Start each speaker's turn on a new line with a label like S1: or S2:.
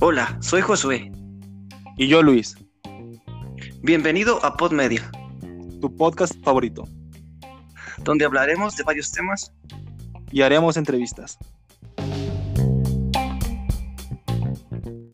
S1: Hola, soy Josué.
S2: Y yo, Luis,
S1: Bienvenido a Podmedia,
S2: tu podcast favorito.
S1: donde hablaremos de varios temas
S2: Y haremos entrevistas.